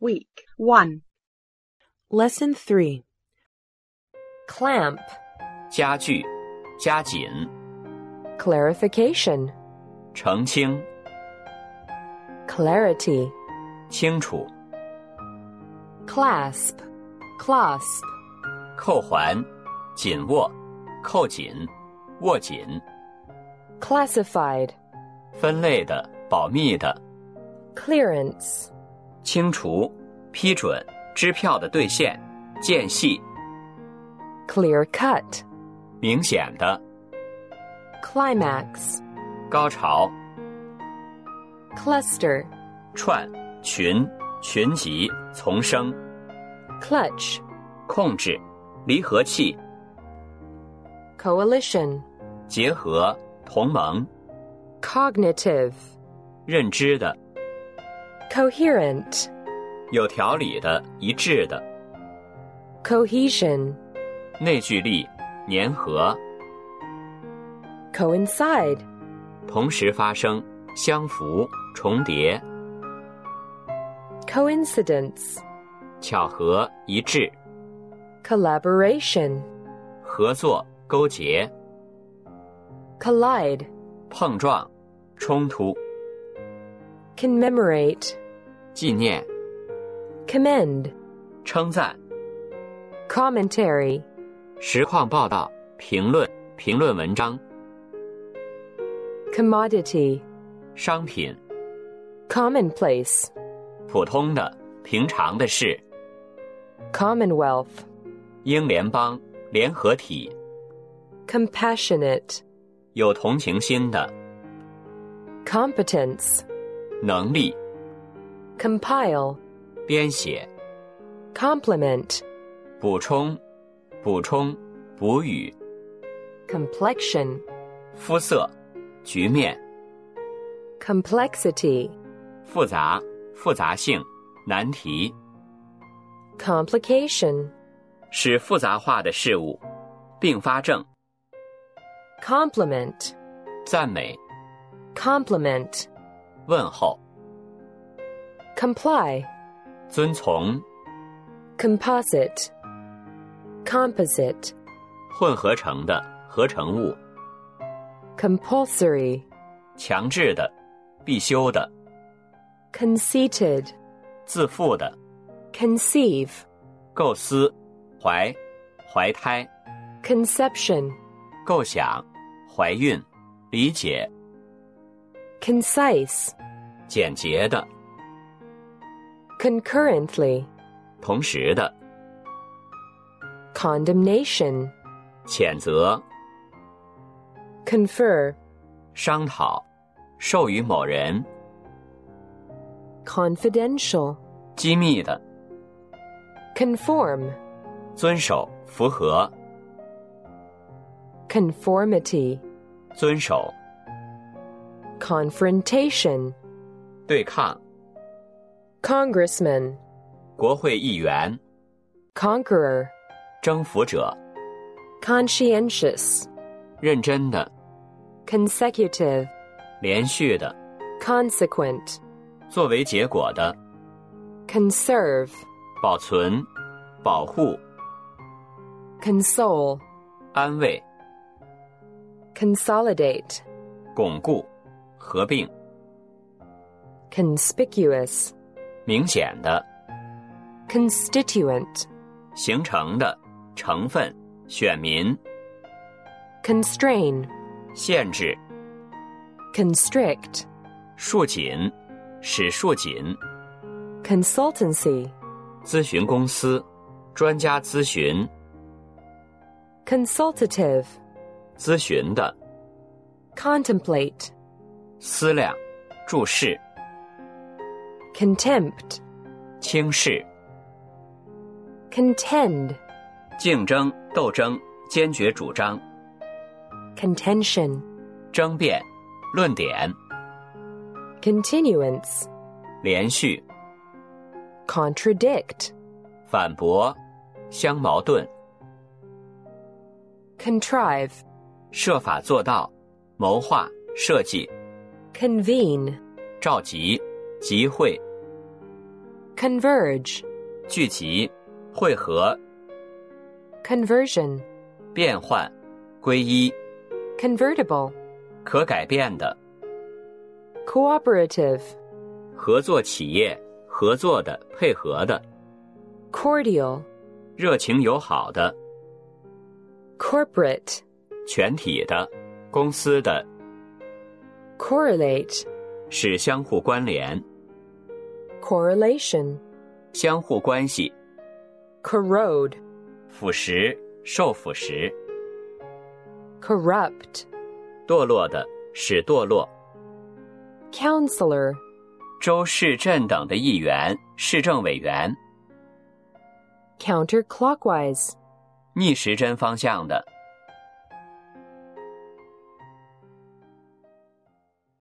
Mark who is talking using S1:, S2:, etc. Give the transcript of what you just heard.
S1: Week 1.
S2: Lesson 3
S3: Clamp.
S4: 加剧、加紧、
S3: Clarification.
S4: 澄清、
S3: Clarity.
S4: 清楚、
S3: Clasp. Clasp.
S4: 扣环、紧握、扣紧、握紧、
S3: Classified.
S4: 分类的、保密的、
S3: Clearance.
S4: 清除、批准支票的兑现、间隙、
S3: Clear cut.
S4: 明显的、
S3: Climax.
S4: 高潮、
S3: Cluster.
S4: 串、群、群集、丛生、
S3: Clutch.
S4: 控制、离合器、
S3: Coalition.
S4: 结合、同盟、
S3: Cognitive.
S4: 认知的、
S3: Coherent.
S4: 有条理的、一致的、
S3: Cohesion.
S4: 内聚力、粘合、
S3: Coincide.
S4: 同时发生、相符、重叠、
S3: Coincidence.
S4: 巧合、一致、
S3: Collaboration.
S4: 合作、勾结、
S3: Collide.
S4: 碰撞、冲突、
S3: Commemorate.
S4: 纪念、
S3: Commend.
S4: 称赞、
S3: Commentary.
S4: 实况报道、评论、评论文章、
S3: Commodity.
S4: 商品、
S3: Commonplace.
S4: 普通的、平常的事、
S3: Commonwealth.
S4: 英联邦、联合体、
S3: Compassionate.
S4: 有同情心的、
S3: Competence.
S4: 能力、
S3: Compile.
S4: 编写、
S3: Complement.
S4: 补充、补充、补语、
S3: Complexion.
S4: 肤色、局面、
S3: Complexity.
S4: 复杂、复杂性、难题。
S3: Complication.
S4: 使复杂化的事物，并发症、
S3: Compliment.
S4: 赞美、
S3: Complement.
S4: 问候、
S3: Comply.
S4: 遵从、
S3: Composite. Composite.
S4: 混合成的合成物、
S3: Compulsory.
S4: 强制的、必修的、
S3: Conceited.
S4: 自负的、
S3: Conceive.
S4: 构思、怀、怀胎、
S3: Conception.
S4: 构想、怀孕、理解、
S3: Concise.
S4: 简洁的、
S3: Concurrently.
S4: 同时的、
S3: Condemnation.
S4: 谴责、
S3: Confer.
S4: 商讨、授予某人、
S3: Confidential.
S4: 机密的、
S3: Conform.
S4: 遵守、符合、
S3: Conformity.
S4: 遵守、
S3: Confrontation.
S4: 对抗、
S3: Congressman.
S4: 国会议员、
S3: Conqueror.
S4: 征服者。
S3: Conscientious.
S4: 认真的、
S3: Consecutive.
S4: 连续的、
S3: Consequent.
S4: 作为结果的、
S3: Conserve.
S4: 保存、保护、
S3: Console.
S4: 安慰、
S3: Consolidate.
S4: 巩固、合并、
S3: Conspicuous.
S4: 明显的、
S3: Constituent.
S4: 形成的、成分、选民、
S3: Constrain.
S4: 限制、
S3: Constrict.
S4: 束紧、使束紧、
S3: Consultancy.
S4: 咨询公司、专家咨询、
S3: Consultative.
S4: 咨询的、
S3: Contemplate.
S4: 思量、注视、
S3: Contempt.
S4: 轻视、
S3: Contend.
S4: 竞争、斗争、坚决主张、
S3: Contention.
S4: 争辩、论点、
S3: Continuance.
S4: 连续。
S3: Contradict.
S4: 反驳、相矛盾、
S3: Contrive.
S4: 设法做到、谋划、设计、
S3: Convene.
S4: 召集、集会、
S3: converge,
S4: 聚集、汇合、
S3: conversion,
S4: 变换、归一、
S3: convertible,
S4: 可改变的、
S3: cooperative,
S4: 合作企业、合作的、配合的、
S3: cordial,
S4: 热情友好的、
S3: corporate,
S4: 全体的、公司的，
S3: correlate,
S4: 使相互关联、
S3: correlation,
S4: 相互关系、
S3: corrode,
S4: 腐蚀、受腐蚀、
S3: corrupt,
S4: 堕落的、使堕落、
S3: counselor,
S4: 州、市、镇等的议员、市政委员，
S3: counterclockwise,
S4: 逆时针方向的。